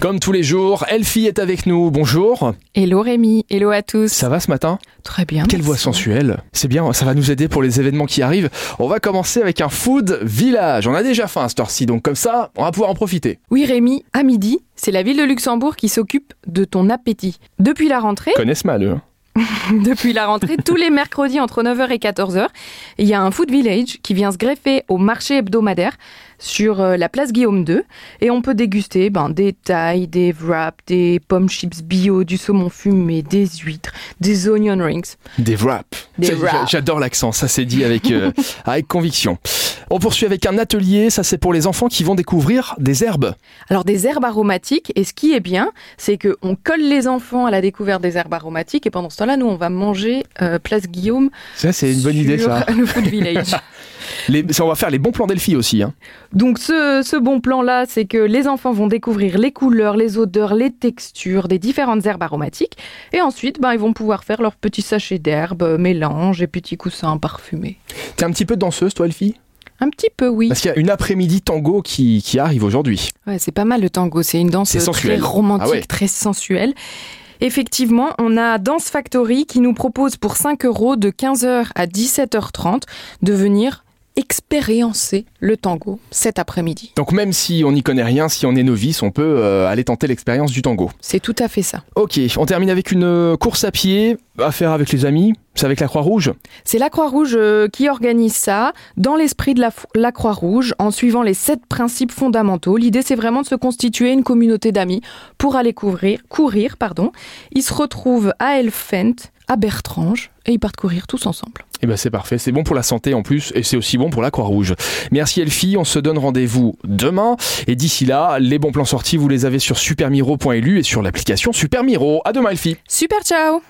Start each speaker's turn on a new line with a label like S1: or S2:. S1: Comme tous les jours, Elfie est avec nous. Bonjour.
S2: Hello Rémi, hello à tous.
S1: Ça va ce matin
S2: Très bien.
S1: Quelle voix
S2: merci.
S1: sensuelle. C'est bien, ça va nous aider pour les événements qui arrivent. On va commencer avec un food village. On a déjà faim à cette heure-ci, donc comme ça, on va pouvoir en profiter.
S2: Oui Rémi, à midi, c'est la ville de Luxembourg qui s'occupe de ton appétit. Depuis la rentrée,
S1: Ils connaissent mal, eux. hein.
S2: depuis la rentrée, tous les mercredis entre 9h et 14h, il y a un food village qui vient se greffer au marché hebdomadaire sur euh, la place Guillaume II et on peut déguster ben, des tailles, des wraps, des pommes chips bio, du saumon fumé, des huîtres, des onion rings.
S1: Des wraps.
S2: Des
S1: Ça, j'a-
S2: wraps.
S1: J'adore l'accent, ça c'est dit avec, euh, avec conviction. On poursuit avec un atelier, ça c'est pour les enfants qui vont découvrir des herbes.
S2: Alors des herbes aromatiques, et ce qui est bien, c'est que on colle les enfants à la découverte des herbes aromatiques, et pendant ce temps-là, nous, on va manger euh, Place Guillaume.
S1: Ça c'est une bonne
S2: sur
S1: idée ça.
S2: Le Food Village.
S1: Les- ça, on va faire les bons plans d'Elfie aussi. hein.
S2: Donc ce, ce bon plan-là, c'est que les enfants vont découvrir les couleurs, les odeurs, les textures des différentes herbes aromatiques, et ensuite, ben, ils vont pouvoir faire leurs petits sachets d'herbes, euh, mélange et petits coussins parfumés.
S1: T'es un petit peu danseuse toi Elfie
S2: Un petit peu, oui.
S1: Parce qu'il y a une après-midi tango qui, qui arrive aujourd'hui.
S2: Ouais, c'est pas mal le tango, c'est une danse
S1: C'est
S2: euh, très
S1: sensuel.
S2: romantique,
S1: Ah ouais.
S2: très sensuelle. Effectivement, on a Dance Factory qui nous propose pour 5 euros de 15h à 17h30 de venir expériencer le tango cet après-midi.
S1: Donc même si on n'y connaît rien, si on est novice, on peut euh, aller tenter l'expérience du tango.
S2: C'est tout à fait ça.
S1: Ok, on termine avec une euh, course à pied à faire avec les amis. C'est avec la Croix-Rouge.
S2: C'est la Croix-Rouge euh, qui organise ça dans l'esprit de la, f- la Croix-Rouge en suivant les sept principes fondamentaux. L'idée, c'est vraiment de se constituer une communauté d'amis pour aller couvrir, courir. Pardon. Ils se retrouvent à Elfent, à Bertrange, et ils partent courir tous ensemble.
S1: Eh ben c'est parfait, c'est bon pour la santé en plus et c'est aussi bon pour la Croix-Rouge. Merci Elfie, on se donne rendez-vous demain et d'ici là, les bons plans sortis, vous les avez sur supermiro.lu et sur l'application Supermiro. À demain Elfie.
S2: Super, ciao